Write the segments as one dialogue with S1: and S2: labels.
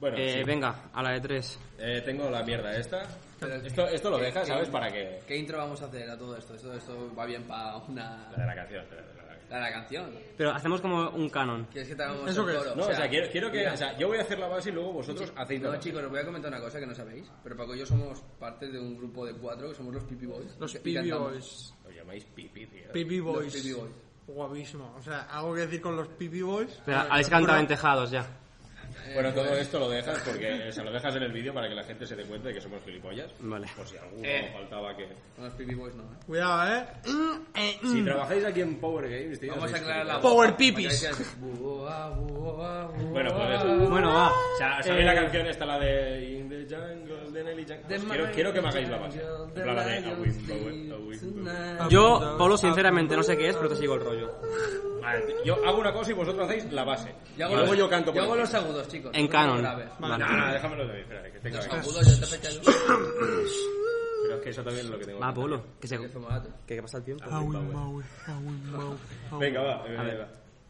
S1: Bueno,
S2: Eh,
S1: sí.
S2: Venga, a la de tres.
S1: Eh, tengo la mierda esta. Esto, esto lo dejas, ¿sabes? Para que...
S3: ¿Qué intro vamos a hacer a todo esto? Esto, esto va bien para una.
S1: La de la canción. la de la canción.
S3: La, la canción.
S2: Pero hacemos como un canon.
S3: ¿Quieres que te hagamos
S4: ¿Eso
S3: el
S4: qué es?
S3: coro?
S1: No, o sea,
S3: quiero
S1: quiero, quiero que... O sea, yo voy a hacer la base y luego vosotros hacéis la
S3: No,
S1: base.
S3: chicos, os voy a comentar una cosa que no sabéis, pero Paco y yo somos parte de un grupo de cuatro que somos los Pipi Boys.
S4: Los
S3: Y
S4: Pibi
S3: cantamos.
S4: Boys.
S1: Os llamáis pipi, tío.
S4: Pibi
S3: Los
S4: Boys.
S3: Pipi Boys.
S4: Guapísimo. O sea, algo que decir con los Pibi Boys.
S2: Pero
S4: Bueno,
S2: habéis
S4: locura.
S2: cantado en tejados ya.
S1: Bueno, todo esto lo dejas porque o sea, lo dejas en el vídeo para que la gente se dé cuenta de que somos gilipollas.
S2: Vale.
S1: Por si alguno
S3: Eh.
S1: faltaba que.
S3: No, los Pipi Boys no. ¿eh?
S4: Cuidado, eh. Mm, eh, mm.
S1: Si trabajáis aquí en Power Games, tío.
S3: Vamos a
S1: sois
S3: aclarar la
S1: gilipollas.
S3: voz.
S4: Power
S3: Para que
S4: Pipis.
S3: decías, "Buah, buah, buah".
S1: Bueno, pues eso.
S2: Bueno, va.
S1: O sea, ¿sabéis la
S2: Eh,
S1: canción esta, la de In the Jungle, de Nelly Jungle? Pues
S3: The
S1: quiero, quiero que me hagáis la
S3: Jungle,
S1: base. En
S3: the
S1: plan, la de A
S3: Lion
S1: Wind Blow,
S3: Sleeps
S1: A Wind Blow.
S3: Tonight.
S2: Yo, Pablo, sinceramente no sé qué es, pero te sigo el rollo.
S1: Vale, t- yo hago una cosa y vosotros hacéis la base.
S3: Yo
S1: Y
S3: hago,
S1: luego
S3: los,
S1: yo canto
S3: yo
S1: por
S3: hago
S1: encima.
S3: los agudos, chicos.
S2: En
S3: no
S2: canon.
S3: los graves.
S1: No, no, no, déjamelo de mí, espérate, que tengo
S3: Los
S1: aquí.
S3: agudos, yo te fecha el...
S1: Pero es que eso también es lo que tengo.
S2: Va,
S1: aquí.
S2: Pablo. Que se...
S3: Que fue barato.
S2: Que que pasa el tiempo.
S4: Ah, uy, maui, ah, uy, maui, ah, uy.
S1: Venga, va, venga, va.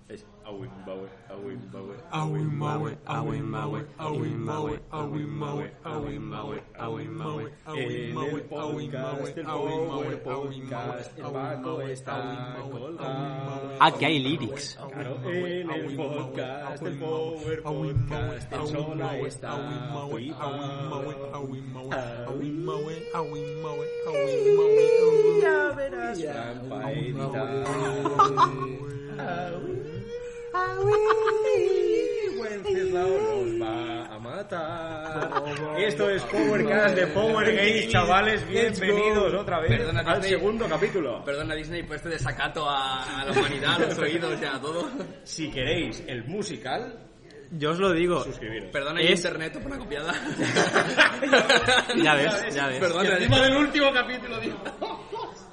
S1: Es A Wind Blow, A Wind Blow.
S4: Ah, uy, maui, ah, uy, maui, ah, uy, maui, ah, uy, maui, ah, uy, maui, ah, uy, maui, ah, uy,
S1: En
S4: maui,
S1: el
S4: ah, uy, maui,
S1: podcast, el
S4: ah, uy, maui,
S1: Power
S4: ah, uy, maui,
S1: Podcast, el
S4: ah, uy,
S1: Paco
S4: maui,
S1: está
S4: ah, uy,
S1: colgado.
S4: maui,
S2: Ah, que hay lyrics.
S4: ah, uy,
S1: Claro,
S4: maui,
S1: en
S4: ah,
S1: el
S4: uy, maui,
S1: podcast,
S4: ah,
S1: el
S4: uy, maui,
S1: Power
S4: ah, uy,
S1: Podcast,
S4: maui,
S1: el
S4: ah, uy,
S1: Sola
S4: maui,
S1: está
S4: ah, uy, maui, ah, uy, maui, ah,
S1: flipado.
S4: uy, maui,
S1: Ah,
S4: ah, uy, maui, ah, uy, maui, ah, uy, maui, ah, uy,
S1: Trampa editada. Wenceslao nos va a matar. Esto es Powercast de Power Games, chavales. Bienvenidos otra vez
S3: Perdona,
S1: al
S3: Disney.
S1: segundo capítulo.
S3: Perdona Disney por este desacato a, a la humanidad, a los oídos y a todo.
S1: Si queréis el musical,
S2: Yo os lo digo.
S1: suscribiros.
S3: Perdona
S2: Es-
S3: internet por la copiada.
S2: Ya ves, ya ves.
S3: Perdona,
S1: del último capítulo, digo.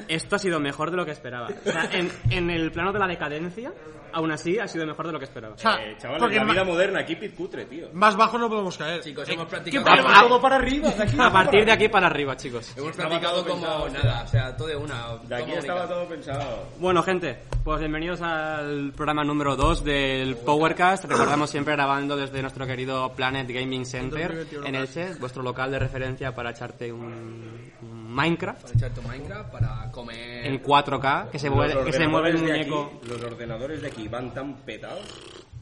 S2: Esto ha sido mejor de lo que esperaba. O sea, en, en el plano de la decadencia, aún así ha sido mejor de lo que esperaba.
S4: O sea,
S1: Eh, chavales,
S4: porque
S1: la
S4: ma-
S1: vida moderna, keep it cutre, tío.
S4: más bajo no podemos caer.
S3: chicos, hemos
S2: pasa?
S3: practicado,
S2: Ah, todo
S1: para arriba, de aquí.
S2: A partir de aquí para arriba, chicos.
S3: hemos
S1: Estaba
S3: practicado
S1: todo
S3: como
S1: pensado,
S3: nada, o sea, todo de una.
S1: De aquí
S3: todo
S1: estaba
S3: única.
S1: todo pensado.
S2: Bueno, gente, pues bienvenidos al programa número 2 del Powercast. Recordamos siempre grabando desde nuestro querido Planet Gaming Center
S4: 2021
S2: en Elche, vuestro local de referencia para echarte un, un Minecraft
S3: Para echar tu Minecraft, para comer.
S2: en 4K, que se mueve,
S1: Los
S2: que se mueve el
S1: ordenadores de
S2: muñeco.
S1: aquí- los ordenadores de aquí van tan petados,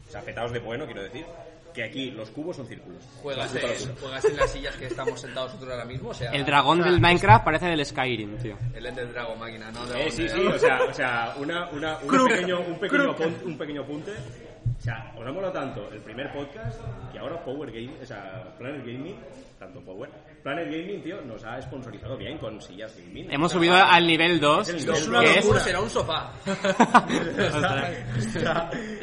S1: o sea, petados de bueno, quiero decir, que aquí los cubos son círculos.
S3: Juegas
S1: La puta
S3: en,
S1: locura.
S3: juegas en las sillas que estamos sentados nosotros ahora mismo, o sea...
S2: El dragón
S3: o sea,
S1: Ah.
S2: del Minecraft parece del Skyrim, tío.
S3: El Ender Dragon máquina, ¿no? Dragón
S1: Eh, sí,
S3: de-
S1: sí, o sea, o sea una, una, un,
S4: Crook.
S1: pequeño, un, pequeño
S4: Crook.
S1: apun- un pequeño apunte. O sea, os ha molado tanto el primer podcast que ahora Power Gaming, o sea, Planet Gaming, tanto Power, Planet Gaming, tío, nos ha sponsorizado bien con sillas gaming.
S2: Hemos subido al nivel 2,
S1: Es el
S3: Es
S1: nivel
S3: una
S2: que es...
S3: locura, será un sofá.
S2: Ostras.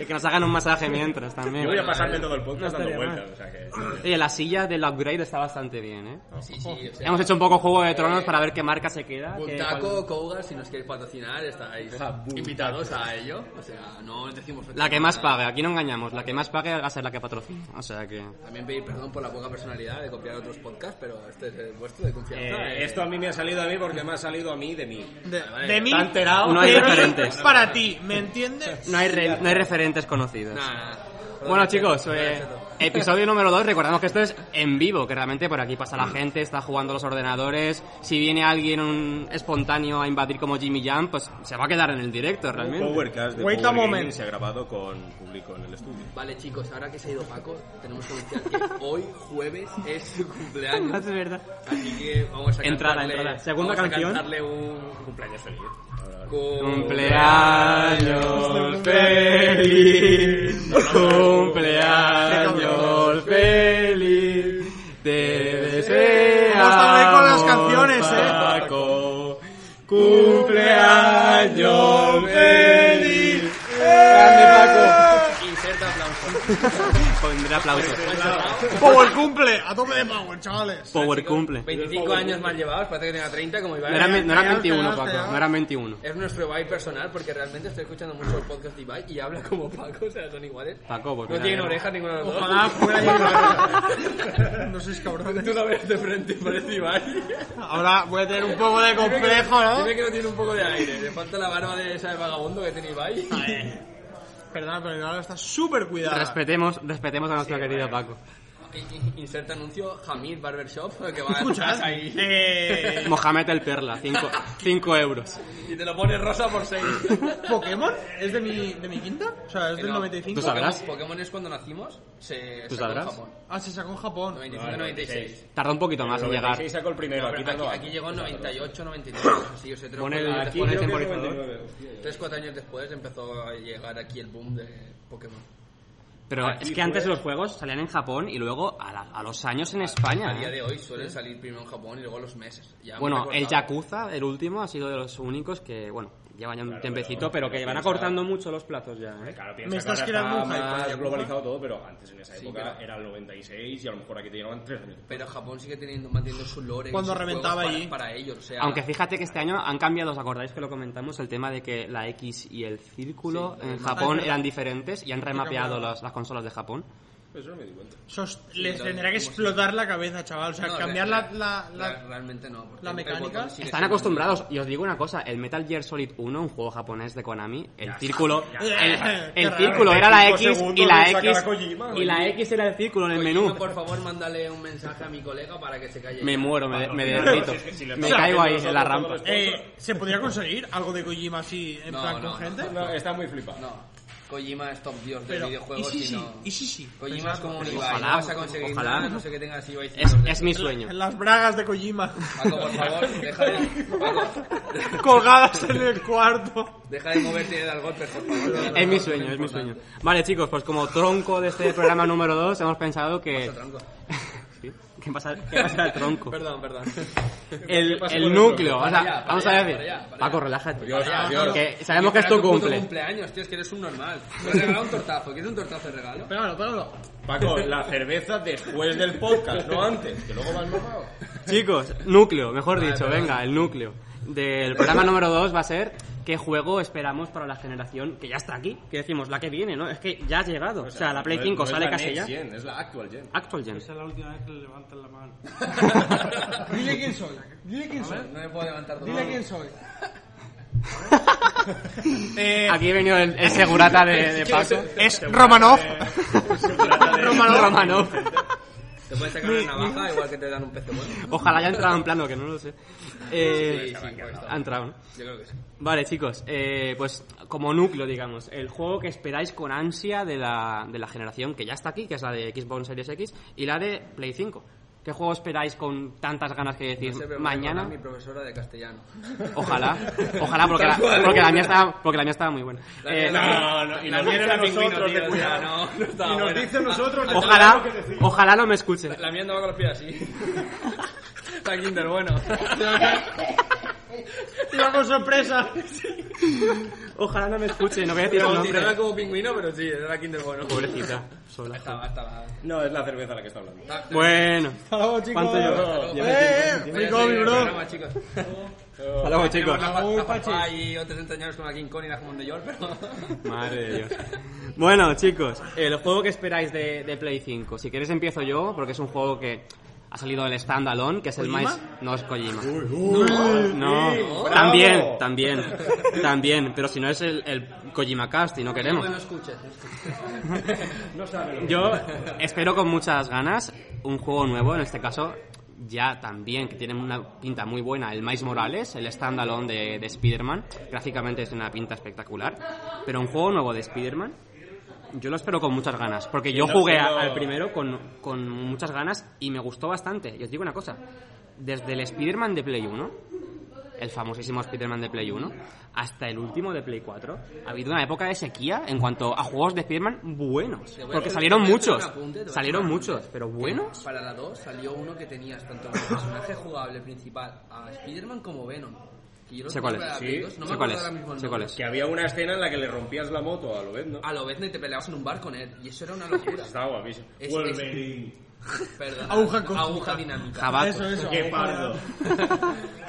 S2: Y que nos hagan un masaje mientras también.
S1: Yo voy a pasarme todo el podcast
S4: No
S1: dando
S4: estaría mal.
S1: vueltas, o sea que...
S2: Oye, la silla del upgrade está bastante bien, ¿eh?
S3: Sí, sí, o sea...
S2: Hemos hecho un poco juego de tronos para ver qué marca se queda. qué-
S3: Bultaco, Kouga, si nos queréis patrocinar, estáis
S1: Bultaco.
S3: invitados a ello. O sea, no os decimos...
S2: La que más pague, aquí no engañamos, la que más pague va a ser la que patrocina. O sea que.
S3: También pedir perdón por la poca personalidad de copiar otros podcasts, pero este es el vuestro de confianza.
S1: Eh, esto a mí me ha salido a mí porque me ha salido a mí de mí.
S4: De,
S3: vale,
S4: de mí,
S2: está enterado. No hay
S4: pero
S2: referentes.
S4: es para ti, ¿me entiendes?
S2: No hay, re- no hay referentes conocidos.
S3: Nah, nah, nah. Perdón,
S2: Bueno,
S3: eh,
S2: chicos,
S3: perdón,
S2: eh,
S3: etcétera.
S2: episodio número 2. Recordamos que esto es en vivo, que realmente por aquí pasa la gente, está jugando los ordenadores. Si viene alguien un espontáneo a invadir como Jimmy Jam, pues se va a quedar en el directo realmente.
S1: Powercast de
S4: Wait a
S1: Power Gaming
S4: moment.
S1: se ha grabado con público en el estudio.
S3: Vale, chicos, ahora que se ha ido Paco, tenemos que anunciar que hoy, jueves, es su cumpleaños.
S2: Es verdad.
S3: Así que vamos a
S2: Entrada,
S3: cantarle,
S2: entrada. Segunda
S3: vamos a
S2: canción.
S3: cantarle un
S1: Cumpleaños feliz.
S2: Cumpleaños feliz, cumpleaños feliz, te desea.
S4: Hemos estado ahí con las canciones, eh.
S2: Paco, cumpleaños feliz.
S4: ¡Eh!
S3: Inserta aplauso.
S2: Pondré aplausos.
S4: Power cumple, a tope de power, chavales.
S2: Power cumple.
S3: 25 años más llevados, parece que tenga 30 como
S2: No
S3: Iván.
S2: eran, no eran 21,
S4: Pedazo,
S2: Paco,
S4: ¿no?
S2: no eran 21.
S3: Es nuestro Ibai personal porque realmente estoy escuchando mucho el podcast de Ibai y habla como Paco, o sea, son iguales.
S2: Paco, pues
S3: no
S2: mira,
S3: tienen
S2: mira.
S3: orejas ninguno de los dos.
S4: Ojalá fuera yo. No sois cabrones.
S3: Tú lo ves de frente, parece Ibai.
S4: Ahora voy a tener un poco de complejo, ¿no?
S3: Dime que no tiene un poco de aire, le falta la barba de esa de vagabundo que tiene Ibai.
S4: Perdona, pero ahora está súper cuidada.
S2: Respetemos, respetemos a nuestro querido Paco.
S3: i- inserta anuncio, Hamid Barbershop, que va
S1: ¿Escuchas?
S3: ahí.
S1: Eh,
S2: Mohamed el Perla, 5 euros.
S3: Y te lo pones rosa por 6.
S2: Pues
S5: ¿Pokémon? ¿Es de mi, de mi quinta? O sea, es del 95.
S2: ¿Tú sabes? sabrás?
S3: Pokémon es cuando nacimos, se
S2: ¿Tú
S3: sacó en
S2: sabrás?
S3: Japón.
S5: Ah, se sacó en Japón.
S3: 95, 96.
S2: Tarda un poquito más en llegar.
S1: 96 sacó el primero,
S3: No,
S1: aquí
S3: pero aquí,
S1: tardó
S3: aquí
S1: antes.
S3: llegó en 98, 99, así, yo sé, tres,
S2: Pon el-
S3: cuatro-
S2: aquí
S1: Aquí Pues creo que es
S2: temporizador.
S1: 99, hostia.
S3: 3, 4 años después empezó a llegar aquí el boom de Pokémon.
S2: Pero
S1: Aquí
S2: es que antes
S1: fue-
S2: los juegos salían en Japón y luego a, la- a los años en
S3: A
S2: España.
S3: día
S2: ¿eh?
S3: de hoy suelen salir primero en Japón y luego a los meses. Ya me
S2: Bueno, el
S3: recordaba.
S2: Yakuza, el último, ha sido de los únicos que, bueno, lleva ya un
S1: Claro,
S2: tiempecito,
S1: pero-
S2: pero, que
S1: pero
S2: van
S1: piensa-
S2: acortando mucho los plazos ya. ¿eh?
S1: Claro, piensa
S5: Me
S1: que
S5: estás
S1: ahora
S5: creando
S1: está
S5: un hype con
S1: más
S5: Yakuza.
S1: globalizado todo, pero antes en esa
S3: Sí,
S1: época
S3: pero-
S1: era el 96 y a lo mejor aquí te llegaban 3 años.
S3: Pero Japón sigue teniendo, manteniendo su lore. y
S5: Cuando
S3: sus
S5: reventaba
S3: juegos
S5: ahí.
S3: Para, para ellos, o sea.
S2: Aunque fíjate que este año han cambiado, ¿os acordáis que lo comentamos? El tema de que la X y el círculo en
S5: Ah, es
S2: Japón
S5: verdad.
S2: eran diferentes y han remapeado
S5: cambiaron.
S2: las, las consolas de Japón.
S1: Eso no me di cuenta.
S5: Sos- les
S3: lo
S5: tendrá que
S3: dijimos.
S5: explotar la cabeza, chaval. O sea,
S3: No,
S5: cambiar
S3: real-
S5: la, la, la-
S3: real- realmente no. porque
S5: la
S3: el
S5: mecánica.
S3: botón sigue
S2: Están
S3: siendo-
S2: acostumbrados, y os digo una cosa, el Metal Gear Solid 1, un juego japonés de Konami, el círculo, el,
S5: Qué
S2: el
S5: raro,
S2: círculo era la
S1: 25
S2: X y
S1: segundos
S2: la
S1: de sacar
S2: X
S1: a Kojima,
S2: y la
S1: oye.
S2: X era el círculo en el
S3: Kojima,
S2: menú.
S3: por favor, mándale un mensaje a mi colega para que se calle.
S2: Me
S3: ya.
S2: muero, me, me
S1: Patrocinar,
S2: derrito.
S1: si es que si le
S2: Me
S1: pasa
S2: caigo ahí
S1: nosotros
S2: en la
S1: todos
S2: rampa.
S1: los-
S5: Eh, ¿Se podría conseguir algo de Kojima así en
S3: No,
S5: plan
S3: no,
S5: con
S3: no.
S5: gente?
S1: No, está muy flipado.
S3: No, Kojima es top dios
S5: Pero,
S3: de
S5: y
S3: videojuegos
S5: sí, sí,
S3: y no.
S5: y sí, sí.
S3: Kojima es como un Ibai,
S2: Ojalá,
S3: no vas a conseguir
S2: ojalá.
S3: nada, no sé que tengas Ibai.
S2: Es,
S3: cinco de-
S2: es mi sueño.
S5: En las bragas de Kojima.
S3: Paco, por favor, deja de, Paco,
S5: colgadas en el cuarto.
S3: deja de moverte y de dar golpes, por favor.
S2: Es mi sueño, es mi sueño. Vale, chicos, pues como tronco de este programa número 2, hemos pensado que... ¿Sí? ¿Qué pasa, qué pasa el tronco?
S3: Perdón, perdón.
S2: El,
S1: pasa
S2: el
S1: con el
S2: núcleo.
S3: tronco?
S2: o sea,
S3: Para allá,
S2: vamos
S3: para
S2: a
S3: allá,
S2: ver.
S3: para allá, para
S2: Paco,
S3: allá.
S2: relájate.
S1: Dios,
S3: Para allá,
S1: Dios.
S3: claro.
S2: Que sabemos
S3: Y
S2: que es tu
S3: puto
S2: cumple.
S3: cumpleaños, tío, es que eres un normal. Me has regalado un tortazo. ¿Quieres un tortazo de regalo?
S5: Pégalo, pégalo.
S1: Paco, la cerveza después del podcast, no antes, que luego vas mamado.
S2: Chicos, núcleo, mejor
S3: Vale,
S2: dicho,
S3: perdón.
S2: venga, el núcleo. Del programa número 2 va a ser qué juego esperamos para la generación que ya está aquí, que decimos la que viene, ¿no? Es que ya ha llegado. O sea, la Play
S3: Pues,
S1: No es- no
S2: 5
S1: es
S2: sale
S1: la
S2: casi
S1: next
S3: ¿eh?
S2: ya.
S1: gen, es la actual gen.
S2: Actual Gen.
S4: Esa es la última vez que le levantan la mano.
S5: Dile quién soy. Dile quién soy.
S3: No me puedo levantar todo.
S5: Dile quién soy.
S2: Aquí ha venido el, el segurata de, de Paco.
S5: Es Romanov.
S2: Romanov.
S3: Te pueden sacar una navaja, igual que te dan un pez de bueno.
S2: Ojalá haya entrado en plano, que no lo sé. Eh,
S3: Sí, sí, sí,
S2: ha entrado, ¿no?
S3: Yo creo que sí.
S2: Vale, chicos, eh, pues como núcleo, digamos, el juego que esperáis con ansia de la, de la generación que ya está aquí, que es la de Xbox Series X, y la de Play 5. ¿Qué juego esperáis con tantas ganas que decir
S3: No sé, pero me
S2: mañana?
S3: recuerda a mi profesora de castellano.
S2: Ojalá, ojalá, porque la, porque, la mía
S3: ¿eh?
S2: estaba, porque la mía estaba muy buena. Eh,
S1: no, no, y nos viene a nosotros de cuidado.
S3: No, no estaba
S1: Y nos
S3: buena. Ah,
S1: dice a nosotros de
S2: ojalá,
S1: cuidado que decimos.
S2: ojalá no me escuche.
S3: La mía andaba con los pies así. Está Kinder, bueno.
S5: Iba con sorpresa.
S2: Ojalá no me escuche, no voy a decir su
S3: No, sí, no era
S2: nombre.
S3: como pingüino, pero sí, era Kinder, bueno.
S2: Pobrecita, sola.
S3: Estaba, estaba.
S1: No, es la cerveza la que está hablando.
S2: Bueno,
S5: Hasta luego, chicos.
S2: ¿Cuánto llevo?
S5: Eh,
S2: Llevo
S5: eh,
S3: Oye,
S5: mi
S3: sí,
S5: cómic,
S3: el
S5: bro.
S3: programa, chicos.
S2: hasta luego, chicos.
S3: La
S5: Raúl
S3: la papá
S5: Paches.
S3: y otros entrañados con la King Kong y la Jamón de York, pero...
S2: Madre de Dios. Bueno, chicos, el Eh, juego que esperáis de, de Play 5. Si queréis empiezo yo, porque es un juego que ha salido del standalone, que es el
S5: ¿Kojima?
S2: más... No es Kojima.
S1: Uy,
S2: No,
S1: bravo.
S2: también, también, también. Pero si no es el, el Kojima Cast y no queremos.
S3: Bueno, escuches.
S1: No sabe lo que-
S2: Yo espero con muchas ganas un juego nuevo, en este caso ya también, que tiene una pinta muy buena, el Miles Morales, el standalone de, de Spider-Man. Gráficamente es una pinta espectacular. Pero un juego nuevo de Spider-Man, yo lo espero con muchas ganas. Porque yo
S1: no
S2: jugué
S1: solo-
S2: a- al primero con, con muchas ganas y me gustó bastante. Y os digo una cosa, desde el Spider-Man de Play 1, el famosísimo Spider-Man de Play 1, hasta el último de Play 4, ha habido una época de sequía en cuanto a juegos de Spider-Man buenos.
S3: Te voy a-
S2: Porque salieron
S3: te voy a hacer
S2: muchos.
S3: un apunte, te voy a
S2: Salieron
S3: hacer un
S2: muchos, pero buenos.
S3: Para la 2 salió uno que tenías tanto como personaje jugable principal a Spider-Man como Venom. Que yo lo
S2: Sé
S3: tengo
S2: cuál es,
S3: para la
S1: sí,
S3: Play 2, no
S2: sé
S3: me
S2: cuál
S3: acuerdo
S2: es,
S3: ahora mismo el
S2: sé cuál
S3: nombre.
S2: es.
S1: Que había una escena en la que le rompías la moto a Lobet, ¿no?
S3: A lo vez te peleabas en un bar con él y eso era una locura.
S1: Estaba guapísimo.
S3: Es-
S1: Wolverine.
S3: Perdón.
S5: Aguja cósmica.
S3: Aguja dinámica.
S2: Jabatos.
S5: Eso, eso.
S1: Qué pardo.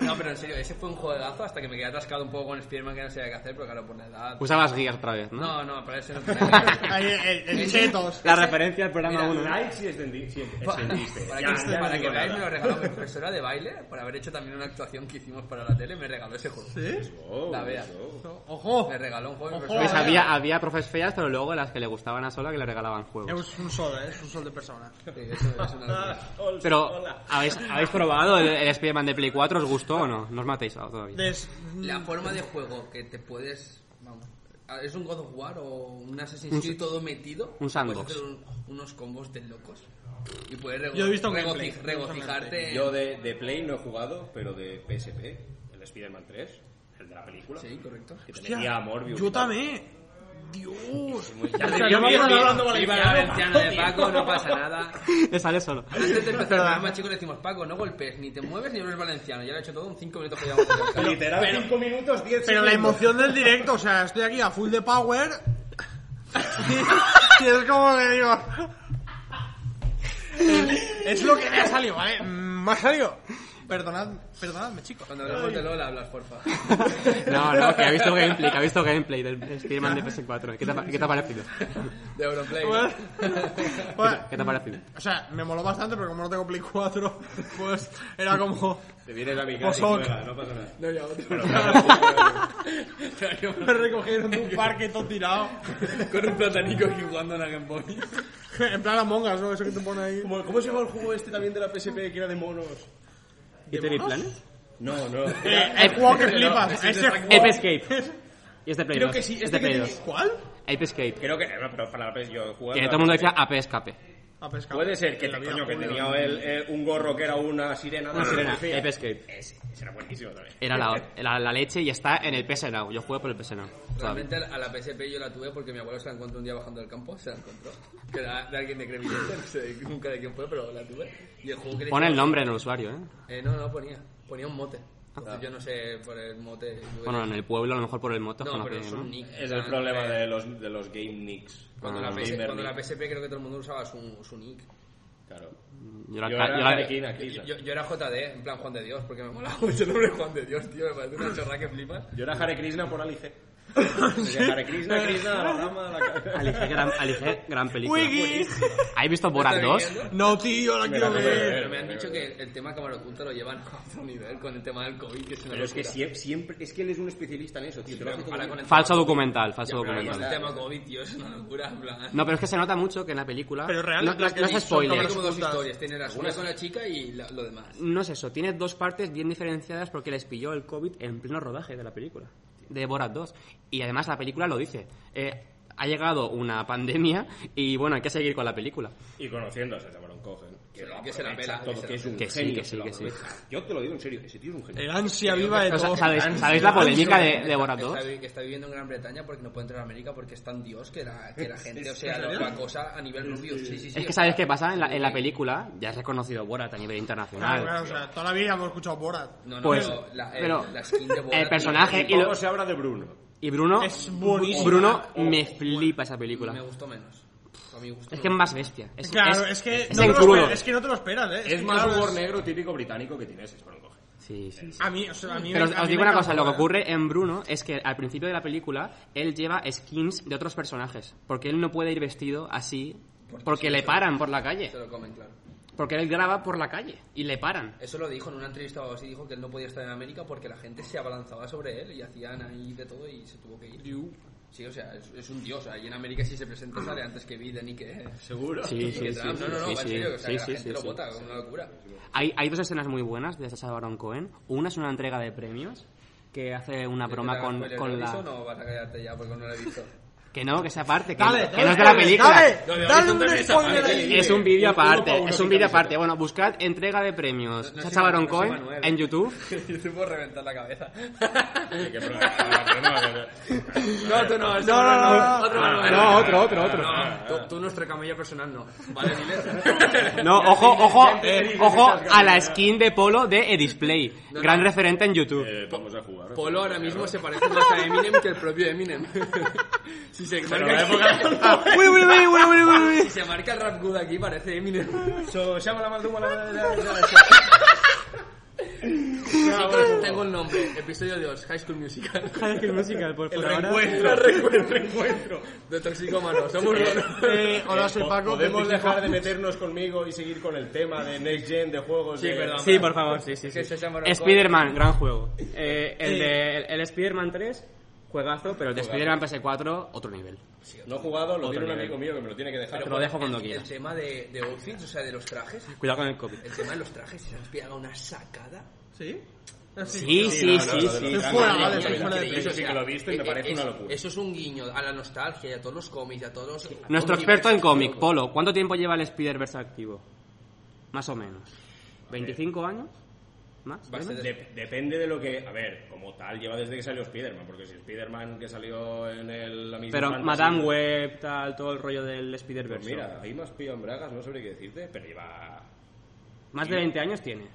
S3: No, pero en serio, ese fue un juegazo hasta que me quedé atascado un poco con Spider-Man que no sabía qué hacer, pero claro, por la edad.
S2: Usabas guías otra vez, ¿no?
S3: No, no, pero ese no tenía.
S5: Ahí, el, el chetos.
S2: La referencia al programa
S3: Mira,
S2: 1.
S1: Like si extendí- si extendiste.
S3: Para
S1: Ya,
S3: que,
S1: ya
S3: para
S1: no
S3: que
S1: digo
S3: veáis, me
S1: nada.
S3: lo regaló mi profesora de baile por haber hecho también una actuación que hicimos para la tele. Me regaló ese juego.
S1: Oh,
S3: La vea.
S1: oh.
S5: Ojo.
S3: Me regaló un juego. mi
S5: Ojo.
S3: profesora.
S2: Pues había, había profes feas, pero luego las que le gustaban a Sola que le regalaban juegos.
S5: Es un sol, eh, es un sol de persona.
S3: Sí, es No, es una-
S2: Pero,
S1: Hola.
S2: ¿habéis, ¿habéis probado el, el Spider-Man de Play 4? ¿Os gustó o no? No os matéis todavía.
S5: Des-
S3: La forma de juego que te puedes. Vamos. ¿Es un God of War o un Assassin's Creed todo metido?
S2: un sandbox.
S3: Puedes hacer un- unos combos de locos. Y puedes rego-
S5: Yo he visto un
S3: rego-
S5: gameplay,
S3: regocijarte. en-
S1: Yo de, de Play no he jugado, pero de PSP, el Spider-Man 3, el de la película.
S3: Sí, correcto.
S1: Que te
S5: Hostia,
S1: metía a Morbius. y
S5: yo
S1: tal.
S5: también. Dios.
S1: Muy-
S5: Ya
S1: Ya
S5: te
S1: te-
S5: digo,
S3: Viva-
S5: vamos
S3: viva-
S5: hablando
S3: viva
S5: valenciano.
S3: la valenciana de Paco, no pasa nada.
S2: Le sale solo.
S3: Antes de empezar el
S5: Perdón.
S3: programa, chicos, le decimos, Paco, no golpes, ni te mueves, ni eres valenciano. Ya lo he hecho todo en 5 minutos que llevamos de podcast.
S1: Literal, 5 minutos, 10
S5: Pero la
S1: segundos.
S5: emoción del directo, o sea, estoy aquí a full de power. y es como que digo. Es lo que me ha salido, ¿vale? Mm, Me ha salido. Perdonad, perdonadme, chicos.
S3: Cuando hablemos de Lola, hablas, porfa.
S2: No, no, que ha visto gameplay, que ha visto gameplay del Spider-Man de PS4. ¿Qué te, ha- qué te ha parecido?
S3: De Europlay. ¿no?
S5: Bueno, bueno, mm,
S2: ¿Qué te ha parecido?
S5: o sea, me moló bastante, pero como no tengo Play 4, pues era como.
S1: Te vienes a mi casa y
S5: Osok.
S1: juegas, no pasa nada.
S3: No, ya, otro.
S5: Me recogieron de un parque todo tirado.
S3: Con un platanico aquí jugando a la Game Boy.
S5: En plan Among Us, ¿no? Eso que te pone ahí.
S1: ¿Cómo, ¿Cómo se llama el juego este también de la PSP que era de monos?
S2: ¿Y tenéis planes?
S1: No, no.
S5: Eh, Hay juego que flipas. Ese
S2: Ape
S5: juego.
S2: Escape. Y este Play
S5: Creo
S2: 2.
S5: que sí.
S2: Este
S5: Este
S2: Play
S5: que
S2: 2.
S5: ¿Cuál?
S2: Ape Escape.
S1: Creo que. No, pero para la PS yo he jugado.
S2: Que
S1: a la
S2: todo el mundo
S1: PSP.
S2: decía Ape Escape.
S5: A pescar.
S1: Puede ser que,
S5: En la vida
S1: coño, que
S5: Julio.
S1: tenía el, el- un gorro que era una sirena.
S2: Una
S1: ¿no?
S2: sirena.
S1: Fea.
S2: Ape Escape.
S1: Ese, ese era buenísimo también.
S2: Era la, la, la leche y está en el PS Now. Yo juego por el PS Now. todavía.
S3: Realmente a la PSP yo la tuve porque mi abuelo se la encontró un día bajando del campo, se la encontró. Que era de alguien de Crevillente, no sé nunca de quién fue, pero la tuve. Y el juego que le
S2: Pone el
S3: llevaba-
S2: nombre en el usuario, ¿eh?
S3: Eh, no, no ponía. Ponía un mote. Entonces yo no sé por el mote. yo-
S2: Bueno, en el pueblo, a lo mejor por el moto.
S3: no,
S2: no
S3: pero es
S2: tiene, ¿no?
S3: un nick.
S1: Es
S3: o
S1: el
S3: sea,
S1: problema
S3: eh,
S1: de los, de los game nicks.
S3: Cuando,
S2: Ah,
S1: Los
S3: la, PS
S1: gamer
S3: cuando la
S1: nicks.
S3: PSP creo que todo el mundo usaba su, su nick.
S1: Claro.
S2: Yo
S1: Yo
S2: la,
S1: era
S2: yo la-
S1: Arlequín aquí,
S3: Yo,
S1: ¿sabes?
S3: yo- yo era JD, en plan Juan de Dios, porque me molaba mucho el nombre Juan de Dios, tío. Me parece una chorra que flipas.
S1: Yo era Hare Krishna por Alice. Hare Krishna, Krishna, la rama, la
S2: Alice, gran, Alice, gran película.
S5: Wiggy.
S2: ¿Habéis visto Borat
S3: ¿Está
S2: 2?
S3: viniendo?
S5: No, tío, la quiero
S1: pues, Mira,
S5: ver.
S1: mira,
S3: Pero me han dicho que el tema cámara oculta lo llevan a otro nivel con el tema del COVID, que es una
S1: Pero es que
S3: locura.
S1: siempre, siempre. Es que él es un especialista en eso, tío. Te lo hace todo
S3: Ahora
S1: bien.
S3: con el
S2: Falso documental, falso
S3: tema-
S1: ahí
S3: con el
S2: documental.
S1: está.
S3: tema COVID, tío, es una locura, en plan.
S2: No, pero es que se nota mucho que en la película...
S5: Pero real,
S2: no,
S5: la
S2: no-
S5: que
S2: no
S5: vi
S2: es
S5: son
S2: spoiler.
S3: Tiene como dos
S5: juntas.
S3: historias, tiene las una con la chica y la- lo demás.
S2: No es eso, tiene dos partes bien diferenciadas porque les pilló el COVID en pleno rodaje de la película, de Borat 2. Y además la película lo dice. eh, ha llegado una pandemia y bueno, hay que seguir con la película.
S1: Y conociéndose, cabrón, cogen.
S3: Sí,
S1: lo
S3: que se la
S1: aprovecha
S3: pela,
S1: todo,
S3: que se
S1: que
S3: la
S1: es un
S2: pela. Que sí,
S1: genio,
S2: que
S1: se
S2: sí,
S1: lo
S2: que sí.
S1: aprovecha. Yo te lo digo en serio, ese tío es un genio.
S5: El ansia viva de
S2: O sea,
S5: todo.
S2: ¿sabéis, sabéis la polémica de, de Borat
S3: Que
S2: 2?
S3: está, vi- que está viviendo en Gran Bretaña porque no puede entrar a América porque es tan dios que la, que la gente, o sea, la, la cosa a nivel rubio. Sí, sí, sí.
S2: Es
S3: o
S2: que
S3: sea,
S2: sabéis qué pasa, en la, en la película ya es reconocido Borat a nivel internacional.
S5: Claro, claro, o sea, toda la vida hemos escuchado Borat.
S3: No, no,
S2: Pues,
S3: pero la, el-
S2: pero
S3: la skin de Borat,
S2: el personaje
S1: Y
S2: y, lo-
S1: luego se habla de Bruno.
S2: y Bruno,
S5: Es buenísimo.
S2: Bruno me flipa esa
S3: tío, Me
S2: película.
S3: gustó menos. A mi gusto.
S2: Es que es más bestia. Es,
S5: Claro, es, que
S2: es
S5: no te
S2: en
S5: lo
S2: crudo.
S5: esperas, es que no te lo esperas, ¿eh?
S1: Es
S5: que,
S1: más
S5: claro,
S1: humor
S5: es-
S1: negro típico británico que tiene ese cabrón, cogen.
S2: Sí, sí, sí.
S5: A mí, o sea, a mí
S2: Pero
S5: me-
S2: os,
S5: a
S2: os
S5: mí
S2: digo
S5: me
S2: una cosa,
S5: encanta
S2: lo que
S5: Borat.
S2: ocurre en Bruno es que al principio de la película él lleva skins de otros personajes, porque él no puede ir vestido así, porque le paran por la calle,
S3: Se lo comen, claro.
S2: porque él graba por la calle y le paran.
S3: Eso lo dijo en una entrevista o algo así, dijo que él no podía estar en América porque la gente se abalanzaba sobre él y hacían ahí de todo y se tuvo que ir. Sí, o sea, es, es un dios. Ahí en América si se presenta sale antes que Biden y que...
S1: Seguro.
S2: Sí,
S3: y
S2: sí,
S3: que
S2: sí,
S3: Trump.
S2: sí,
S3: no, no, no,
S2: sí,
S3: va
S2: sí,
S3: en serio, o sea,
S2: sí,
S3: que
S2: sí,
S3: la gente
S2: sí,
S3: lo
S2: sí.
S3: vota, es una locura.
S2: Hay, hay dos escenas muy buenas de Sacha Baron Cohen. Una es una entrega de premios que hace una Ah, broma con, con la...
S3: No, vas a callarte ya porque no lo he visto.
S2: Que no, que sea aparte, que,
S5: Dale,
S2: que no es de la
S5: dale,
S2: película.
S5: Dale, dale un
S1: entrevista,
S5: spoiler
S1: vale,
S5: ahí.
S2: Es un vídeo
S1: Uno pa'
S2: aparte,
S1: uno
S2: es
S1: sin
S2: un vídeo
S1: camiseta.
S2: aparte. Bueno, buscad entrega de premios
S3: No, no
S2: Sacha
S3: soy
S2: Baron
S3: Manuel, no soy
S2: Cohen
S3: Manuel.
S2: en YouTube.
S3: Yo te puedo reventar la cabeza.
S1: Qué problema, problema, problema.
S3: No, tú no,
S5: No, no, no, no.
S3: otro
S1: no,
S3: Manuel.
S2: no, otro, otro, otro.
S1: Ah,
S3: No, tú, tú nuestro camello personal no. Vale, dile.
S2: No, ojo, ojo,
S1: eh,
S2: ojo
S1: esas
S2: a la
S1: ganas.
S2: skin de Polo de Edisplay.
S3: No,
S2: Gran
S3: no.
S2: referente en YouTube.
S1: Eh, vamos a jugar.
S3: Polo ahora mismo se parece más a Eminem que el propio Eminem. si, se
S1: Pero la
S3: marca,
S1: época...
S2: Uy, uy, uy, uy, uy, uy,
S3: si
S2: uy.
S3: se marca el rap good aquí parece Eminem.
S1: So, llama la malduma, la la- la- la- Ah,
S3: Chicos, tengo el nombre. Episodio 2, High School Musical.
S1: El reencuentro. El reencuentro.
S3: De Toxicomano, somos
S1: Eh,
S5: Eh, hola, soy
S1: po-
S5: Paco.
S1: Podemos
S5: Pipi
S1: dejar de
S5: Pijón.
S1: meternos conmigo y seguir con el tema de Next Gen, de juegos
S3: Sí,
S1: de...
S3: perdón.
S2: Sí, por favor, sí, sí. sí.
S3: Que se llama Rock
S2: Spider-Man, gran juego. Eh, el de el, Spider-Man 3, Juegazo, pero el de Spider-Man PS4, otro nivel.
S1: No he jugado, lo
S2: Otro
S1: tiene un
S2: nivel.
S1: amigo mío que me lo tiene que dejar.
S2: Te lo dejo cuando
S3: El
S2: quieras.
S3: tema de, de outfits, o sea, de los trajes.
S2: Cuidado con el COVID.
S3: El tema de los trajes, se han pegado una sacada.
S5: ¿Sí? Eh,
S2: Sí, sí, sí, sí.
S5: Estoy fuera, vale, estoy fuera de
S1: Eso sí
S3: O sea,
S1: que lo he visto y me
S3: eh,
S1: parece
S3: es-
S1: una locura.
S3: Eso es un guiño a la nostalgia y a todos los cómics, y a todos los...
S2: Nuestro
S3: universos.
S2: experto en cómic, Polo, ¿cuánto tiempo lleva el Spider-Verse activo? Más o menos.
S1: Eh,
S2: ¿25 años? ¿Más?
S3: Va a ser
S1: De- depende de lo que. A ver, como tal, lleva desde que salió Spider-Man. Porque si Spider-Man que salió en el, la misma.
S2: Pero
S1: fantasy-
S2: Madame Web, tal, todo el rollo del
S1: Pues
S2: Spider-Verse.
S1: mira, ahí más pillo en bragas, no sabré qué decirte, pero lleva.
S2: Más de 20 años tiene.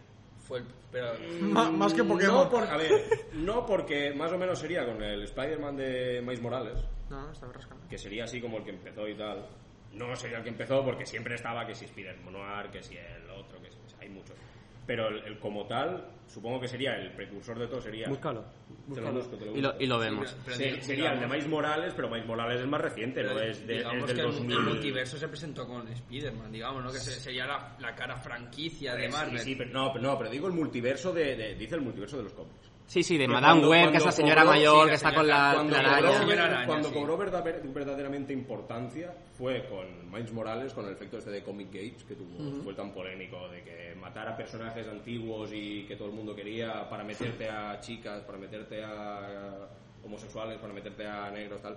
S3: Fue el- pero,
S5: Ma- más que Pokémon.
S1: No, por- a ver, no porque más o menos sería con el Spider-Man de Miles Morales,
S5: No, no, estaba rascando.
S1: que sería así como el que empezó y tal. No sería el que empezó porque siempre estaba que si Spider-Man Noir, que si el otro, que si. o sea, hay muchos. Pero el, el como tal, supongo que sería el precursor de todo, sería.
S2: Búscalo.
S1: Te lo busco, te lo
S2: Y
S1: busco.
S2: lo, y lo vemos.
S3: pero
S1: Se-
S3: di-
S1: sería el de
S3: digamos-
S1: Miles Morales, pero Miles Morales es más reciente, ¿no? Es, de,
S3: digamos
S1: es del
S3: que el mu-
S1: 2000.
S3: el multiverso se presentó con Spider-Man, digamos, ¿no? Que se- sería la, la cara franquicia de
S1: Sí,
S3: Marvel.
S1: Pues, sí, pero, no, pero, no, pero digo el multiverso de, de- Dice el multiverso de los cómics.
S2: Sí, sí, de
S1: Pero
S2: Madame
S1: cuando-
S2: Web, que es la
S1: cuando
S2: señora
S1: cobró-
S2: mayor
S3: sí,
S2: que
S3: la
S2: está
S3: señora-
S2: con la,
S3: cuando
S2: la
S3: cobró-
S2: araña.
S3: señora araña,
S1: cuando
S3: sí.
S1: cobró verdader- verdaderamente importancia fue con Miles Morales, con el efecto este de Comic Gates que tuvo, fue tan polémico, de que matar a personajes antiguos y que todo el mundo quería para meterte a chicas, para meterte a homosexuales, para meterte a negros, tal.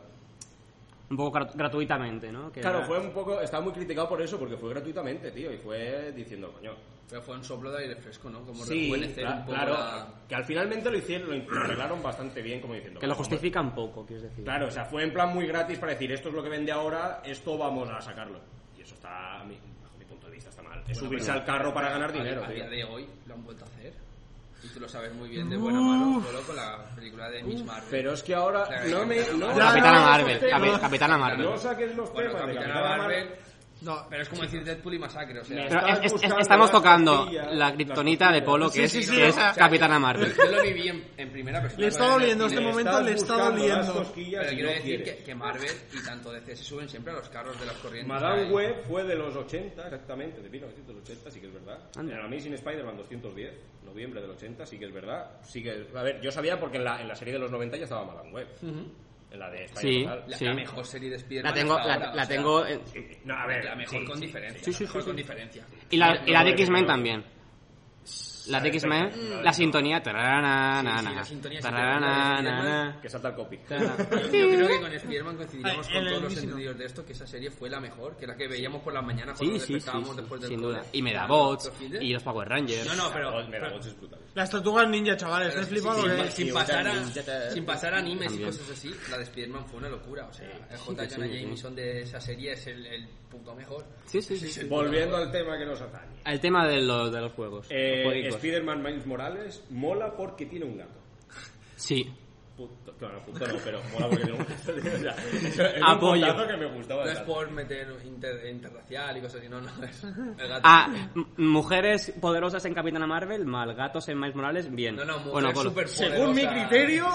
S2: Un poco grat- gratuitamente, ¿no? Que
S1: Claro,
S2: era-
S1: fue un poco, estaba muy criticado por eso, porque fue gratuitamente, tío, y fue diciendo, coño.
S3: Pero fue un soplo de aire fresco, ¿no? Como
S1: Sí,
S3: rejuvenecer
S1: cla-
S3: un poco
S1: claro,
S3: la...
S1: que al finalmente lo hicieron, lo in- lo arreglaron bastante bien, como diciendo.
S2: Que lo
S1: "Vamos, hombre".
S2: justifica un poco, quieres decir.
S1: Claro, o sea, fue en plan muy gratis para decir, esto es lo que vende ahora, esto vamos a sacarlo. Y eso está, a mi, bajo mi punto de vista, está mal. Es subirse al carro para ganar dinero,
S3: A, a
S1: tío.
S3: día de hoy lo han vuelto a hacer. Y tú lo sabes muy bien de buena mano, solo con la película de Miss Marvel.
S1: Pero es que ahora
S3: Claro,
S1: no me...
S3: claro.
S1: No,
S5: Ya,
S2: Capitana
S5: no,
S2: Marvel,
S5: no,
S2: capi-
S5: no.
S2: Capitana Marvel.
S1: no saques los
S3: bueno,
S1: temas de
S3: Capitana
S1: Capitana
S3: Marvel...
S1: Marvel.
S5: No,
S3: Pero es como decir Deadpool y Masacre, o sea...
S1: Me-
S2: Pero
S1: Estás
S2: es- es-
S1: buscando
S2: estamos
S1: la
S2: tocando
S1: costilla,
S2: la
S1: la
S2: kriptonita de Polo, que
S5: Sí,
S2: es,
S5: sí, sí,
S2: que
S5: o
S2: es
S5: sea,
S2: Capitana Marvel.
S3: Pues Yo lo viví en, en primera persona.
S5: Le está doliendo este
S3: Pero-
S5: momento le está
S1: buscando las
S5: doliendo.
S1: cosquillas
S3: Pero
S1: y
S3: quiero
S1: no
S3: decir
S1: quieres.
S3: que, que Marvel y tanto DC se suben siempre a los carros de las corrientes.
S1: Madame
S3: Ahí.
S1: Web fue de los 80, exactamente, de 1980, sí que es verdad.
S2: Anda.
S1: En el Amazing Spider-Man 210, noviembre del 80, sí que es verdad. Sí que, a ver, yo sabía porque en la, en la serie de los 90 ya estaba Madame Web. En la de Spider-Man.
S3: La,
S2: Sí.
S3: la mejor serie de Spider-Man.
S2: La tengo,
S3: hasta
S2: la,
S3: ahora,
S2: la
S3: o sea,
S2: tengo. en-
S1: Sí. Eh, No, a ver,
S3: La mejor
S1: sí,
S3: con
S1: sí,
S3: diferencia.
S2: Sí, sí,
S3: la mejor
S2: sí,
S3: con diferencia.
S2: Y la, y la de
S1: No, no,
S2: X-Men
S1: no.
S2: también. La de X-Men, la sintonía. tararana,
S3: Mm. Sí, sí,
S2: nana,
S3: la sintonía sí,
S2: tararana,
S3: pero la de
S2: nana,
S1: Que salta el copy.
S2: tararana.
S3: ¿eh? Yo creo que con Spider-Man coincidiremos
S5: Ay,
S3: con
S5: el
S3: todos los
S5: mismo.
S3: entendidos de esto que esa serie fue la mejor, que la que veíamos por las mañanas
S2: Sí,
S3: cuando
S2: sí, sí,
S3: despertábamos
S2: sí,
S3: después del
S2: sin
S3: cole.
S2: duda. Y Medabots,
S3: Los fines.
S2: y los Power Rangers.
S3: No, no, pero...
S1: Medabots es brutal.
S5: Las tortugas ninja, chavales. ¿Estás
S3: sin-
S5: flipado? o
S3: sin,
S5: qué?
S3: sin pasar a,
S1: Ninja.
S3: sin pasar a animes
S2: También.
S3: y cosas así, la de Spider-Man fue una locura. O sea, el J.
S2: sí,
S3: Jonah
S2: sí.
S3: Jameson de esa serie es el, el punto mejor.
S2: Sí, sí, sí.
S1: Volviendo al tema que nos atañe.
S2: El tema de los, de los juegos. los
S1: Eh,
S2: jueguicos.
S1: Spider-Man Miles Morales mola porque tiene un gato.
S2: Sí.
S1: Puto, bueno, puto no, pero mola porque tiene un gato. tío, o sea, eso es
S2: Apoyo.
S1: un gato que me gustaba.
S3: No es
S1: bastante.
S3: por meter inter- interracial y cosas así, no, no. Es el gato.
S2: Ah, m- mujeres poderosas en Capitana Marvel, mal gatos en Miles Morales, bien.
S3: no, no, mujer
S2: Bueno, Polo.
S3: superpoderosa.
S5: Según mi criterio,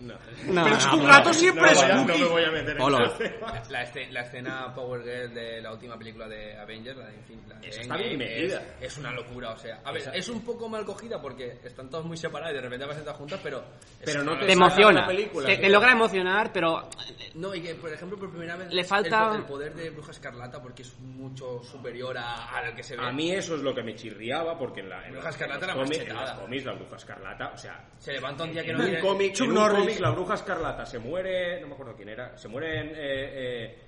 S1: No.
S2: No,
S5: pero
S2: no,
S5: es que un
S2: no,
S5: gato
S2: no.
S1: No,
S5: siempre
S1: me
S5: es
S1: voy a- no
S5: cookie.
S1: me voy a meter en
S2: Polo.
S1: esos temas.
S3: La, la escena, la escena Power Girl de la última película de Avengers, la de Infinity la de
S1: Esa está
S3: Endgame,
S1: bien
S3: es-
S1: medida.
S3: Es, una locura, o sea. A ver, es un poco mal cogida porque están todos muy separados y de repente aparecen todas juntas, pero.
S1: Pero no
S2: Te
S1: saca
S2: emociona.
S1: la película,
S2: Te,
S1: tío.
S2: te logra emocionar, pero
S3: No, y que por ejemplo por primera vez.
S2: Le falta-
S3: El, po- el poder de Bruja Escarlata porque es mucho superior a, a lo que se ve.
S1: A mí eso es lo que me chirriaba porque en la en
S3: Bruja
S1: los-
S3: Escarlata
S1: en los
S3: la
S1: cómics-
S3: machetada.
S1: en los cómics la bruja escarlata, o sea,
S3: Se levanta un día que
S1: en
S3: no
S1: un
S3: tiene.
S1: cómic,
S5: Chuck
S1: en un
S5: Norris.
S1: cómic la bruja escarlata se muere, no me acuerdo quién era, se muere en eh, eh,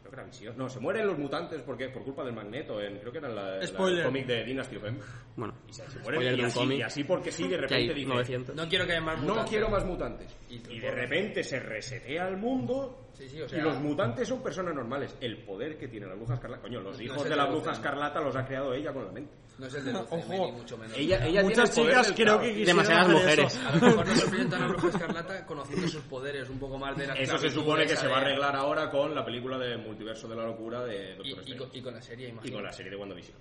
S1: creo que era Visión, no, se mueren los mutantes porque por culpa del Magneto, en, creo que era en la, la-
S5: Spoiler.
S1: el cómic de Dynasty of M.
S2: bueno,
S1: Y se, se mueren
S2: Spoiler de
S1: y
S2: un
S1: así,
S2: cómic.
S1: y así porque sí de
S2: que
S1: repente
S2: hay
S1: dice,
S2: 900.
S3: No quiero que haya más
S1: no
S3: mutantes.
S1: quiero más mutantes.
S3: Y-
S1: Y de repente se resetea el mundo.
S3: Sí, sí, o sea-
S1: y los mutantes son personas normales. El poder que tiene la bruja escarlata. Coño, los
S3: No
S1: hijos
S3: se
S1: de la
S3: traduce,
S1: bruja
S3: ¿no?
S1: escarlata los ha creado ella con la mente.
S3: No es el de
S5: Ojo.
S3: Lucifer, ni mucho menos.
S1: Ella, ella
S5: Muchas
S1: tiene el poder
S5: chicas
S1: del
S5: creo
S1: caos.
S5: que quisieran
S2: Demasiadas
S5: hacer
S2: mujeres.
S5: eso.
S3: A lo mejor nos presentan a Bruja Escarlata conociendo sus poderes, un poco más de la
S1: Eso se
S3: esclavitud
S1: supone que
S3: esa
S1: se va a
S3: de-
S1: arreglar ahora con la película de Multiverso de la Locura de
S3: Y,
S1: Doctor
S3: y con,
S1: Strange.
S3: y con Ah, la serie,
S1: Y
S3: imagino.
S1: con la serie de WandaVision.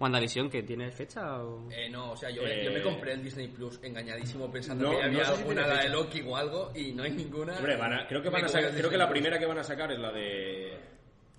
S2: WandaVision, que tiene fecha o...
S3: Eh, no, o sea, yo, me- yo me
S1: Eh,
S3: compré el Disney Plus engañadísimo pensando
S1: no,
S3: que
S1: no
S3: había
S1: sé si tiene
S3: alguna la de
S1: fecha.
S3: Loki o algo y no hay ninguna.
S1: Hombre, van a- creo que, van a
S3: Me compré
S1: sacar-
S3: el
S1: creo que
S3: Disney
S1: la
S3: Plus.
S1: primera que van a sacar es la de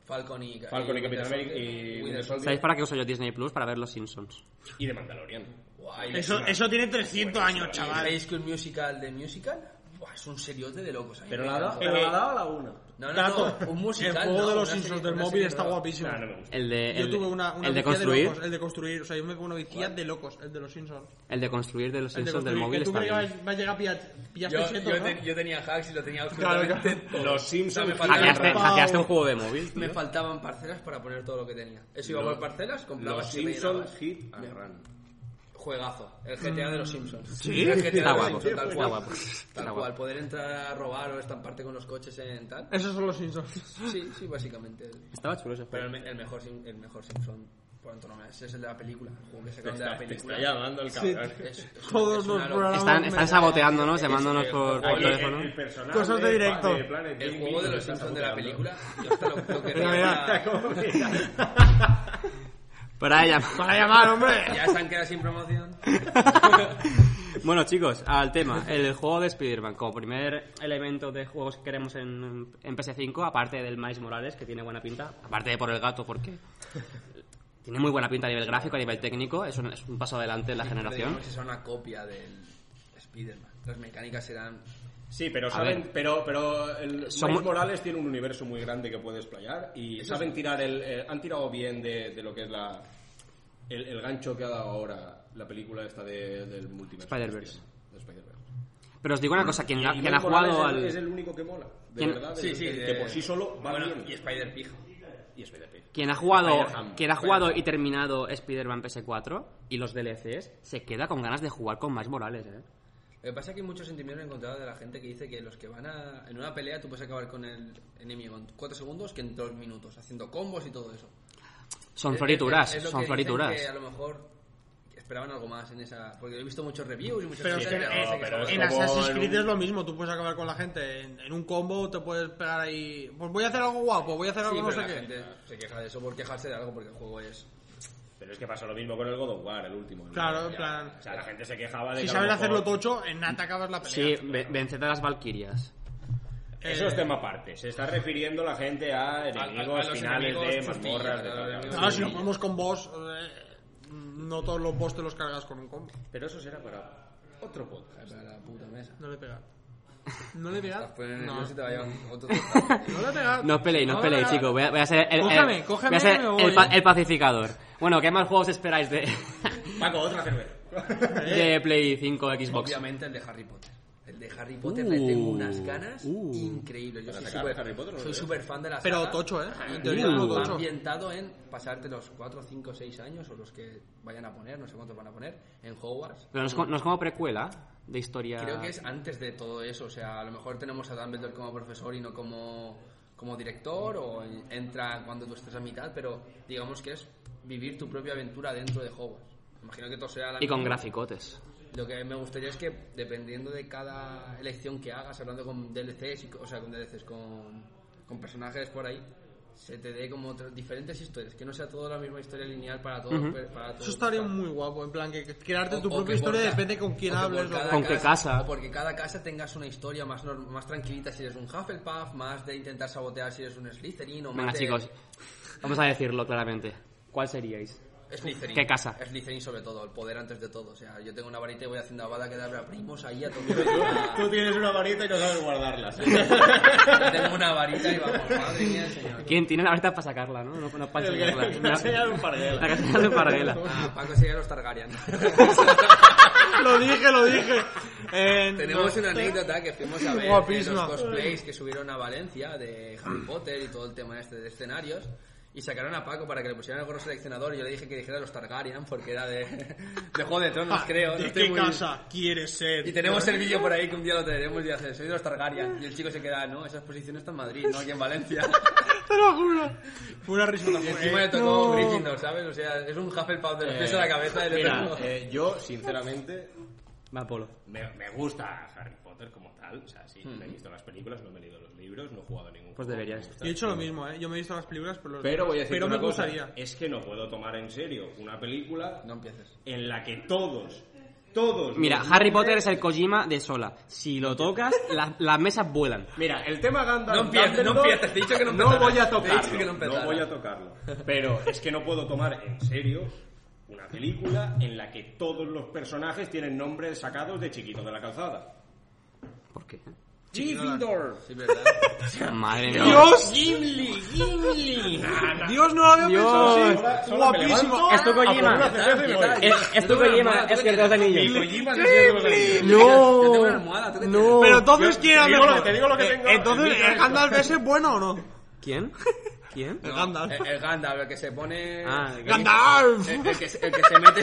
S3: Falcon y,
S1: Falcon y Capitán
S3: Winter
S1: América y
S3: Soldier.
S1: Winter Soldier
S2: ¿Sabéis para qué uso yo Disney Plus? Para ver Los Simpsons.
S1: y de Mandalorian.
S3: Guay,
S5: Eso, eso tiene 300 años,
S3: el
S5: chaval.
S3: High School Musical de Musical. Buah, es un seriote de locos. ahí.
S1: Pero la ha dado-
S3: Eh,
S1: pero la ha dado a la una.
S3: No, no,
S5: Dato,
S3: no, un musical.
S5: El juego
S3: no,
S5: de los
S3: una
S5: Simpsons
S3: serie-
S5: del
S3: una
S5: móvil
S3: serie
S5: está
S3: de-
S5: guapísimo.
S1: Nah, Ah, no me gusta.
S2: El de,
S5: Yo
S2: el,
S5: tuve una, una
S2: el de
S5: vicia
S2: construir,
S5: de locos, el de construir, o sea, yo me pongo una vicia de locos, el de los Simpsons.
S2: el de construir de los
S5: El de
S2: Simpsons del
S5: construir,
S2: móvil
S5: que tú
S2: está bien.
S5: creías va a llegar pillas pillas
S3: Yo,
S5: pesetas,
S3: yo
S5: ¿no?
S3: te- yo tenía hacks y lo tenía
S5: Claro,
S3: absolutamente todo.
S1: Los Simpsons
S3: No, me faltaba-
S2: Hackeaste,
S5: Pau.
S2: hackeaste un juego de móvil.
S3: Me faltaban parcelas para poner todo lo que tenía. Eso iba por parcelas, compraba
S1: Los Simpsons hit and run.
S3: Ah, Juegazo. El GTA de los Simpsons.
S2: Sí,
S3: El GTA de
S2: está
S3: los
S2: guapo.
S3: Simpsons, tal
S2: Está
S3: cual.
S2: guapo. Está
S3: Tal
S2: guapo.
S3: cual. Poder entrar a robar o estamparte con los coches en tal.
S5: Esos son los Simpsons.
S3: Sí, sí, básicamente.
S2: Estaba chulo ese
S3: Pero
S2: juego.
S3: el, me- el mejor, Sim- el mejor Simpson por antonomasia ese es el de la película. El juego que
S1: Te
S3: sacaron de la
S1: está, te
S3: película.
S1: está llamando el cabrón.
S3: Es- es-
S5: Todos
S3: es una
S5: los
S3: locura.
S5: programas
S2: Están, están
S5: me-
S2: saboteándonos, llamándonos
S3: es-
S2: por, por
S1: Oye, el-
S2: teléfono.
S1: el personal
S5: Cosas de directo.
S1: de Planet
S3: El
S1: Gaming
S3: juego de
S1: nos
S3: los
S1: está
S3: Simpsons de la
S1: saboteando.
S3: película. Yo hasta lo, lo querría
S5: mira,
S3: para-
S2: Para ella.
S5: Para llamar, hombre.
S3: Ya se han quedado sin promoción.
S2: bueno, chicos, al tema. El juego de Spider-Man, como primer elemento de juegos que queremos en, en PS5, aparte del Miles Morales, que tiene buena pinta, aparte de por el gato, porque tiene muy buena pinta a nivel gráfico, a nivel técnico, es un, es un paso adelante en la generación.
S3: Digamos que será Pues una copia del Spider-Man. Las mecánicas serán.
S1: Sí, pero saben,
S2: ver.
S1: pero pero el
S2: Somos-
S1: Miles Morales tiene un universo muy grande que puede explayar y saben tirar el, eh, han tirado bien de, de lo que es la el, el gancho que ha dado ahora la película esta de, del multiverso.
S2: Spider-Verse.
S1: De Spider-Verse.
S2: Pero os digo una cosa, quien,
S1: Y
S2: ha-
S1: Miles
S2: quien ha
S1: Morales
S2: jugado
S1: es,
S2: al...
S1: es el único que mola, de
S2: ¿Quién-
S1: verdad,
S3: Sí,
S1: el-
S3: sí,
S1: el
S3: de-
S1: que por sí solo va
S3: Bueno,
S1: bien.
S3: y Spider-Pig.
S1: Y Spider-Verse.
S2: Quien ha jugado,
S1: Spider-Ham.
S2: quien ha jugado y terminado Spider-Man PS4 y los DLCs, se queda con ganas de jugar con Miles Morales, ¿eh?
S3: Lo que pasa es que hay muchos sentimientos encontrados de la gente que dice que los que van a. En una pelea tú puedes acabar con el enemigo en 4 segundos que en 2 minutos, haciendo combos y todo eso.
S2: Son
S3: Es-
S2: florituras,
S3: Eh, es- es lo
S2: son
S3: que dicen
S2: florituras.
S3: Que a lo mejor esperaban algo más en esa. Porque he visto muchos reviews y muchas
S5: Pero es que
S3: gente
S5: en-
S3: dice
S1: pero
S3: está
S5: en
S1: como
S5: Assassin's
S1: en
S5: Creed
S1: un-
S5: es lo mismo, tú puedes acabar con la gente. En, en un combo te puedes pegar ahí. Pues voy a hacer algo guapo, voy a hacer
S3: Sí,
S5: algo no
S3: pero
S5: sé
S3: la
S5: qué.
S3: gente se queja de eso por quejarse de algo porque el juego es...
S1: Pero es que pasó lo mismo con el God of War, el último. el
S5: Claro,
S1: God of
S5: en
S1: War.
S5: plan.
S1: O sea, la gente se quejaba de
S5: Si
S1: que a lo
S5: sabes hacerlo
S1: mejor-
S5: tocho, en nada te acabas la
S2: Sí,
S5: pelea.
S2: ve- venced a las Valquirias.
S1: Eso es tema aparte. Se está refiriendo la gente a enemigos
S3: a los
S1: finales de
S3: enemigos
S1: mazmorras. de tal,
S3: chustillas, a los
S1: tal.
S3: enemigos
S5: Claro, Ah, si nos ponemos con boss, eh, no todos los boss te los cargas con un combo.
S1: Pero eso será para otro podcast.
S3: Para la puta mesa.
S5: No le pegas. No le pegas.
S3: Pues
S5: No,
S3: no.
S5: no
S3: te va a llevar otro total.
S5: le pegas.
S2: No os peleéis, no os
S5: No,
S2: peleéis,
S5: no, no.
S2: chicos. Voy a, voy a ser el, el-
S5: Cógeme, cógeme
S2: voy a ser
S5: que me voy,
S2: el pa-
S5: ¿eh?
S2: el pacificador. Bueno, ¿qué más juegos esperáis de,
S1: Paco, otra cerveza.
S2: de Play 5 Xbox?
S3: Obviamente el de Harry Potter. El de Harry Potter
S2: Uh.
S3: le tengo unas ganas increíbles. Yo
S1: ¿Para
S3: soy
S1: sacar
S3: súper
S1: Harry Potter o no?
S3: soy súper fan de la saga.
S5: Pero tocho, eh. En
S2: Uy.
S5: teoría, no
S2: Va
S5: tocho.
S3: ambientado en pasarte los 4, 5, 6 años o los que vayan a poner, no sé cuántos van a poner, en Hogwarts.
S2: Pero no es, co- no es como precuela de historia.
S3: Creo que es antes de todo eso, o sea, a lo mejor tenemos a Dumbledore como profesor y no como, como director, o en- entra cuando tú estés a mitad, pero digamos que es vivir tu propia aventura dentro de Hogwarts. Imagino que todo sea la
S2: Y con
S3: misma.
S2: graficotes.
S3: Lo que me gustaría es que, dependiendo de cada elección que hagas, hablando con DLCs, y co- o sea, con DLCs, con, con personajes por ahí, se te dé como otras- diferentes historias, que no sea toda la misma historia lineal para todos. per- para todos
S5: Eso estaría
S3: para-
S5: muy guapo, en plan, que que crearte
S3: o-
S5: tu
S3: o
S5: propia
S3: que por
S5: historia
S3: ca-
S5: depende con quién
S3: o que por
S5: hables. o-
S3: cada
S2: Con qué casa.
S3: O porque cada casa tengas una historia más, norm- más tranquilita si eres un Hufflepuff, más de intentar sabotear si eres un Slytherin o más
S2: Venga,
S3: de-
S2: chicos, vamos a decirlo claramente. ¿Cuál seríais?
S3: Slytherin.
S2: ¿Qué casa?
S3: Slytherin sobre todo, el poder antes de todo. O sea, yo tengo una varita y voy haciendo abada que darle a primos ahí a todo el mundo.
S1: Tú tienes una varita y no sabes ¿eh? guardarla.
S3: Yo tengo una varita y vamos, madre mía, señor.
S2: ¿Quién tiene la verdad para sacarla, no? No, no para enseñarla.
S1: que ha enseñado un parguela.
S2: La que ha enseñado un parguela.
S3: Ah, Paco sería los Targaryen.
S5: Lo dije, lo dije. Eh,
S3: Tenemos
S5: no,
S3: una
S5: te-
S3: anécdota que fuimos a ver de los
S5: Guapísima.
S3: cosplays que subieron a Valencia de Harry Potter y todo el tema este de escenarios. Y sacaron a Paco para que le pusieran el gorro seleccionador y yo le dije que dijera los Targaryen porque era de, de Juego de Tronos, creo. no
S5: ¿De
S3: estoy
S5: qué
S3: muy-
S5: casa quieres ser?
S3: Y tenemos el vídeo por ahí que un día lo tenemos y hace, soy de los Targaryen. Y el chico se queda, no, esa exposición está en Madrid, no aquí en Valencia.
S5: Te lo juro. Fue una risota.
S3: Y
S5: fue-
S3: encima le tocó Gryffindor, ¿sabes? O sea, es un Hufflepuff de los pies a la cabeza. Y le
S1: Mira,
S3: tengo-
S1: eh, yo, sinceramente,
S2: Va, Polo.
S1: me, me gusta Harry Potter como tal. O sea, sí, me he visto las películas, no me he leído los libros, no he jugado a ningún
S2: Pues
S1: juego,
S2: deberías.
S1: me gusta.
S5: Yo he hecho lo mismo, ¿eh? Yo me he visto las películas, pero...
S1: Pero voy a decir
S5: Pero
S1: una
S5: me
S1: cosa.
S5: gustaría.
S1: Es que no puedo tomar en serio una película
S3: No empieces.
S1: en la que todos, todos...
S2: Mira, Harry Potter es el Kojima de Sola. Si lo tocas, la- las mesas vuelan.
S1: Mira, el tema Gandalf...
S3: No empieces, no
S1: Dumbledore,
S3: empieces, te he dicho que no
S1: No
S3: empezaras.
S1: voy a
S3: Te he dicho
S1: tocarlo,
S3: que no empezaras.
S1: voy a tocarlo. Pero es que no puedo tomar en serio una película en la que todos los personajes tienen nombres sacados de Chiquito de la Calzada.
S2: ¿Por qué?
S6: Gryffindor.
S3: Sí, ¿verdad?
S2: Madre mía.
S5: ¡Dios!
S6: Gimli, Gimli.
S5: ¡Dios, no lo había
S2: Dios.
S5: pensado así!
S6: Solo
S5: ¡Guapísimo!
S2: Esto Kojima. Es- Esto Kojima es que es de los
S6: Y
S2: anillos.
S6: Kojima es el Señor de los Anillos.
S3: Yo tengo una
S2: No.
S3: almohada, tú te-
S2: No.
S5: Pero entonces, ¿quién era
S6: Te digo lo-
S5: mejor?
S6: te digo lo que
S5: Eh,
S6: tengo.
S5: Entonces,
S6: Mira
S5: ¿el
S6: esto.
S5: Gandalf ese es bueno o no?
S2: ¿Quién? ¿Quién?
S5: El Gandalf.
S3: El, el Gandalf, el que se pone.
S2: Ah,
S3: el,
S5: ¡Gandalf! Eh,
S3: el que, se- el que se mete.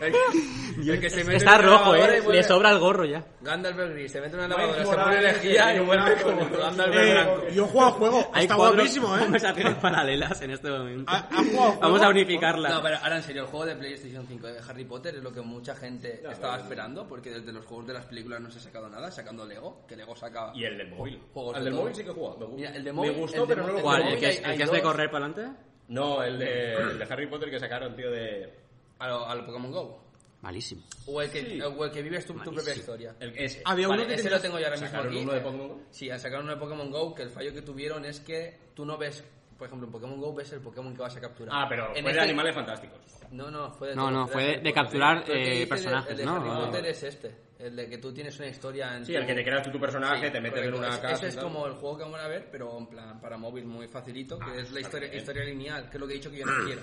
S3: El, que- el que se mete.
S2: Está
S3: en una
S2: rojo,
S3: lavadora y
S2: eh.
S3: vuelve-
S2: Le sobra el gorro ya.
S3: Gandalf el gris, se mete en una lavadora, se pone
S6: Morales,
S3: energía
S6: el
S3: y vuelve
S6: blanco,
S3: como
S6: el
S3: Gandalf el
S5: Eh,
S3: blanco.
S5: yo he jugado al juego.
S2: Hay
S5: Está
S2: cuatro
S5: guapísimo, ¿eh?
S2: conversaciones paralelas en este momento.
S5: Ha- ha jugado al
S2: Vamos a
S5: juego.
S2: unificarlas.
S3: Ah. No, pero ahora en serio, el juego de PlayStation 5 de Harry Potter es lo que mucha gente estaba esperando, porque desde los juegos de las películas no se ha sacado nada, sacando Lego, que Lego saca...
S6: Y el del móvil.
S3: Juegos
S6: Al
S3: de
S6: del
S3: todo.
S6: móvil sí que he jugado. Me gu-
S3: Mira, el de móvil-
S6: Me
S3: el
S6: gustó,
S3: de
S6: pero no
S3: móvil-
S6: lo
S2: ¿Cuál?
S6: jugué.
S2: ¿El que, es-
S3: hay
S2: el que es de
S3: dos.
S2: correr para adelante?
S6: No, el de, el de Harry Potter que sacaron, tío, de...
S3: A lo, a lo Pokémon GO.
S2: Malísimo.
S3: O el que, o el que vives tu, tu propia historia.
S6: El, ese.
S5: Había
S3: Vale,
S5: uno que
S3: ese
S5: tenía-
S3: lo tengo yo ahora mismo
S6: ¿Sacaron
S3: aquí.
S6: uno de Pokémon GO?
S3: Sí, han sacado uno de Pokémon GO que el fallo que tuvieron es que tú no ves... Por ejemplo, en Pokémon GO ves el Pokémon que vas a capturar.
S6: Ah, pero
S3: en
S6: fue de
S3: este-
S6: Animales Fantásticos.
S3: No, no, fue de
S2: No,
S3: todo,
S2: no, fue de-
S3: Harry
S2: de
S3: Potter.
S2: capturar,
S3: Pero el que
S2: eh,
S3: dice de-
S2: personajes,
S3: el de
S2: ¿no?
S3: Harry
S2: Ah.
S3: Potter es este, el de que tú tienes una historia en
S6: Sí,
S3: tu-
S6: el que te creas tú tu personaje,
S3: Sí,
S6: te metes
S3: correcto.
S6: en una
S3: Es-
S6: casa...
S3: Ese
S6: y
S3: es
S6: tal.
S3: como el juego que vamos a ver, pero en plan para móvil muy facilito,
S6: Ah,
S3: que es la historia,
S6: eh.
S3: historia lineal, que es lo que he dicho que yo no quiero.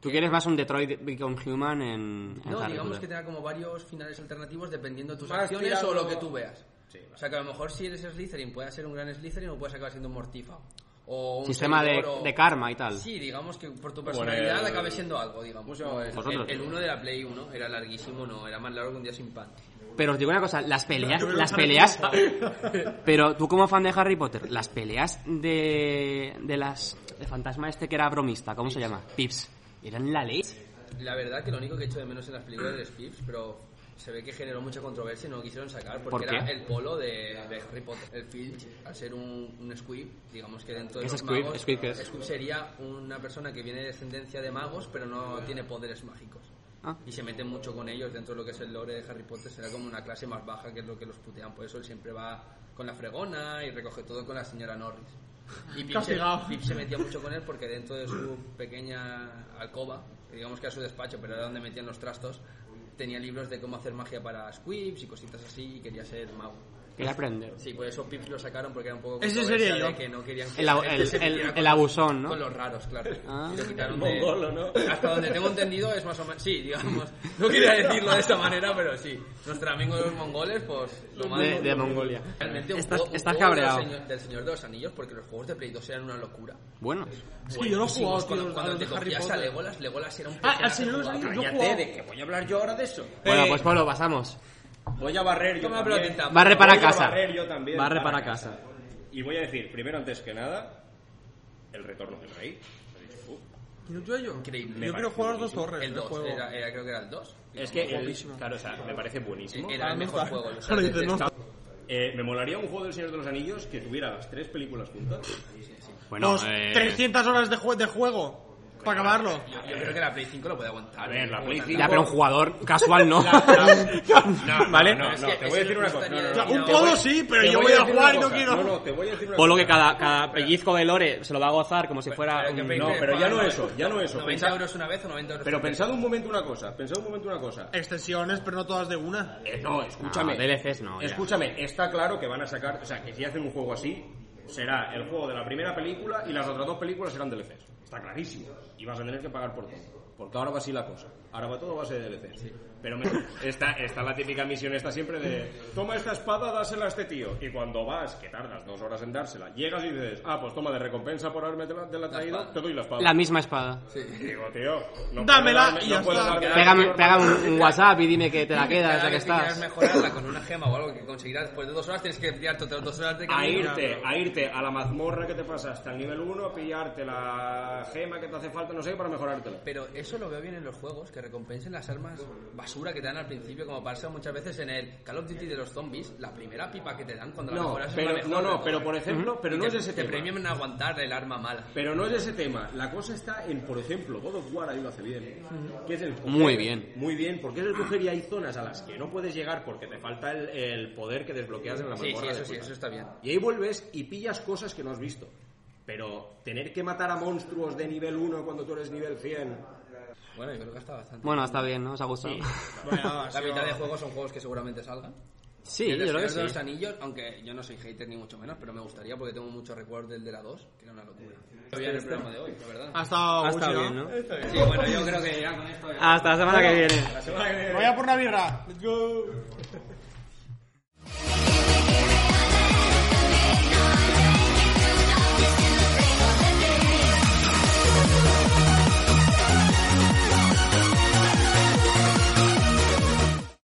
S2: ¿Tú quieres más un Detroit Become Human en, en
S3: No,
S2: Harry
S3: digamos que
S2: Potter?
S3: tenga como varios finales alternativos dependiendo de tus
S6: Más
S3: acciones
S6: tirando-
S3: o lo que tú veas.
S6: Sí, vale.
S3: O sea, que a lo mejor si eres Slytherin puedes ser un gran Slytherin o puedes acabar siendo un mortífago. O un
S2: Sistema de,
S3: seguidor o-
S2: de karma y tal.
S3: Sí, digamos que por tu
S6: Como en
S3: personalidad
S6: el-
S3: acabes siendo algo, digamos. No, el-
S2: Vosotros.
S3: el 1 de la Play 1 era larguísimo, no, era más largo que un día sin pan.
S2: Pero os digo una cosa, las peleas,
S5: Yo creo
S2: las
S5: que Harry
S2: peleas...
S5: Potter-
S2: Pero tú como fan de Harry Potter, las peleas de, de las... De fantasma este que era bromista, ¿cómo se llama? Pips. Eran la ley.
S3: La verdad que lo único que he hecho de menos en las películas de Skips, pero se ve que generó mucha controversia y no lo quisieron sacar porque
S2: ¿Por qué?
S3: era el polo de, de Harry Potter. El Filch, al ser un, un Squib, digamos que dentro de
S2: ¿Es
S3: los
S2: Squib?
S3: magos,
S2: ¿Squib qué es?
S3: sería una persona que viene de descendencia de magos pero no tiene poderes mágicos.
S2: Ah.
S3: Y se meten mucho con ellos dentro de lo que es el lore de Harry Potter, será como una clase más baja que es lo que los putean. Por eso él siempre va con la fregona y recoge todo con la señora Norris. Y Pip se,
S5: Castigado.
S3: Pip se metía mucho con él porque dentro de su pequeña alcoba, digamos que era su despacho, pero era donde metían los trastos, tenía libros de cómo hacer magia para squibs y cositas así y quería ser mago.
S2: Quería aprender.
S3: Sí, por eso Pip lo sacaron porque era un poco
S5: Ese
S3: controversia
S5: sería
S3: de
S5: yo.
S3: que no querían que
S2: El
S3: la
S2: ab-
S3: gente
S2: el-
S3: se
S2: el-
S3: metiera con
S2: el
S3: los-
S2: abusón, ¿no?
S3: Con los raros, claro.
S2: Ah.
S3: Y lo quitaron de-
S6: Mongolo, ¿no?
S3: Hasta donde tengo entendido es más o menos... Sí, digamos. No quería decirlo de esa manera, pero sí. Nuestros amigos los mongoles, pues... Lo más
S2: De, de Mongolia.
S3: Realmente un
S2: Estás,
S3: juego- un
S2: estás
S3: juego de los
S2: cabreado.
S3: señor- del Señor de los Anillos porque los juegos de Play 2 eran una locura.
S2: Bueno.
S5: Sí, yo lo he
S3: Sí, pues,
S5: jugado,
S3: cuando,
S5: tío,
S3: cuando
S5: a los
S3: te
S5: de Harry
S3: cogías a
S5: Potter.
S3: Legolas, Legolas era un
S5: Ah,
S3: personaje
S5: al Señor de los
S3: jugable.
S5: Anillos. Yo
S6: Cállate,
S5: jugaba.
S6: de que voy a hablar yo ahora de eso.
S2: Bueno,
S5: Eh,
S2: pues Pablo, pasamos.
S6: Voy a barrer yo
S3: Toma
S6: también.
S3: pelotita.
S2: Barre para
S6: Voy a
S2: casa.
S6: barrer yo también
S2: Barre
S6: para
S2: para casa.
S6: Y voy a decir, primero, antes que nada, el retorno del rey. Lo he dicho, uh,
S5: ¿Y no tú y yo?
S3: Increíble.
S5: Yo quiero jugar a las dos torres.
S3: El
S5: no
S3: 2,
S5: juego.
S3: era, era- creo que era el 2.
S6: Es que, el-
S5: Guapísimo.
S6: claro, o sea, me parece buenísimo.
S3: Era el mejor juego. lo sé,
S5: Ahora dices,
S3: desde-
S5: no.
S6: Eh, me molaría un juego del Señor de los Anillos que tuviera las tres películas juntas.
S2: Bueno,
S5: Dos,
S2: eh,
S5: 300 horas de, jue- de juego para acabarlo.
S3: Yo, yo creo que la Play 5 lo puede aguantar.
S6: A ver, la Play
S2: ya, pero un jugador casual no.
S6: No,
S2: ¿Vale?
S6: No, no,
S3: Es que
S6: te voy a
S3: ese
S6: decir
S3: no
S6: una cosa.
S3: estaría
S6: No,
S3: de-
S6: no, no, te
S5: Un
S6: voy-
S5: polo sí, pero
S6: te
S5: yo
S6: voy
S5: voy
S6: a
S5: a
S6: decir
S5: jugar y
S6: una
S5: no
S6: cosa.
S5: quiero.
S6: No, no, te voy a decir una
S2: Polo
S6: cosa.
S2: que cada, cada pellizco de Lore se lo va a gozar como si fuera
S3: Pues, Pero que
S2: un...
S3: veinte
S6: No, pero ya no
S3: pagas
S6: eso, ya no eso.
S3: 90
S6: Pensad-
S3: euros una vez o 90 euros
S6: Pero
S3: otra vez.
S6: pensad un momento una cosa, pensad un momento una cosa.
S5: Extensiones, pero no todas de una.
S6: Eh, no, escúchame.
S2: No, DLCs no, ya.
S6: Escúchame, está claro que van a sacar, o sea, que si hacen un juego así, será el juego de la primera película y las otras dos películas serán DLCs. Está clarísimo. Y vas a tener que pagar por todo. Porque ahora va así la cosa. Ahora va todo a base de DLCs. Pero me- está, está la típica misión esta siempre de toma esta espada, dásela a este tío. Y cuando vas, que tardas dos horas en dársela, llegas y dices, ah, pues toma de recompensa por haberme de la, de la traído, te doy la espada.
S2: La misma espada.
S6: Digo, tío, no
S5: Dámela
S6: puedo darme-
S5: y
S6: no
S5: ya
S6: puedo
S5: está.
S6: darme-
S2: Pégame, pégame un, un WhatsApp y dime que te la
S3: Cada
S2: quedas, ya que
S3: vez quieras
S2: estás.
S3: mejorarla con una gema o algo que conseguirás después de dos horas, tienes que pillarte otras dos horas de
S6: A
S3: camino.
S6: irte, a irte a la mazmorra que te pasa hasta el nivel 1, a pillarte la gema que te hace falta, no sé, para mejorártela.
S3: Pero eso lo veo bien en los juegos, que recompensen las armas basura que te dan al principio, como pasa muchas veces en el Call of Duty de los zombies, la primera pipa que te dan cuando la
S6: No,
S3: mejoras es la
S6: pero,
S3: mejor
S6: no,
S3: de
S6: no,
S3: todas.
S6: pero por ejemplo, pero
S3: Y
S6: no
S3: te-
S6: es ese
S3: Te
S6: tema.
S3: premian en aguantar el arma mala.
S6: Pero no es ese tema. La cosa está en, por ejemplo, God of War ahí lo hace bien. Que es el coger-
S2: Muy bien.
S6: Muy bien, porque es el coger y hay zonas a las que no puedes llegar porque te falta el, el poder que desbloqueas en la
S3: Sí, sí,
S6: mazmorra.
S3: eso
S6: de
S3: sí,
S6: Fulton.
S3: eso está bien.
S6: Y ahí vuelves y pillas cosas que no has visto. Pero tener que matar a monstruos de nivel 1 cuando tú eres nivel 100...
S3: Bueno, yo creo que está bastante.
S2: Bueno, está bien, ¿no? ¿Os ha gustado?
S5: Bueno, ha
S3: la
S5: sido-
S3: mitad de juegos son juegos que seguramente salgan.
S2: Sí, Sí,
S3: El del
S2: yo creo que
S3: Señor de los
S2: sí.
S3: Anillos, aunque yo no soy hater ni mucho menos, pero me gustaría porque tengo muchos recuerdos del de la 2, que era una locura. Lo vi en el programa de hoy, la verdad.
S5: Ha estado,
S2: Ha estado
S5: guchi,
S2: bien, ¿no?
S5: Está bien.
S3: Sí, bueno, yo creo que ya con esto... ya-
S2: Hasta la semana que viene.
S5: Voy a por una birra. Let's go.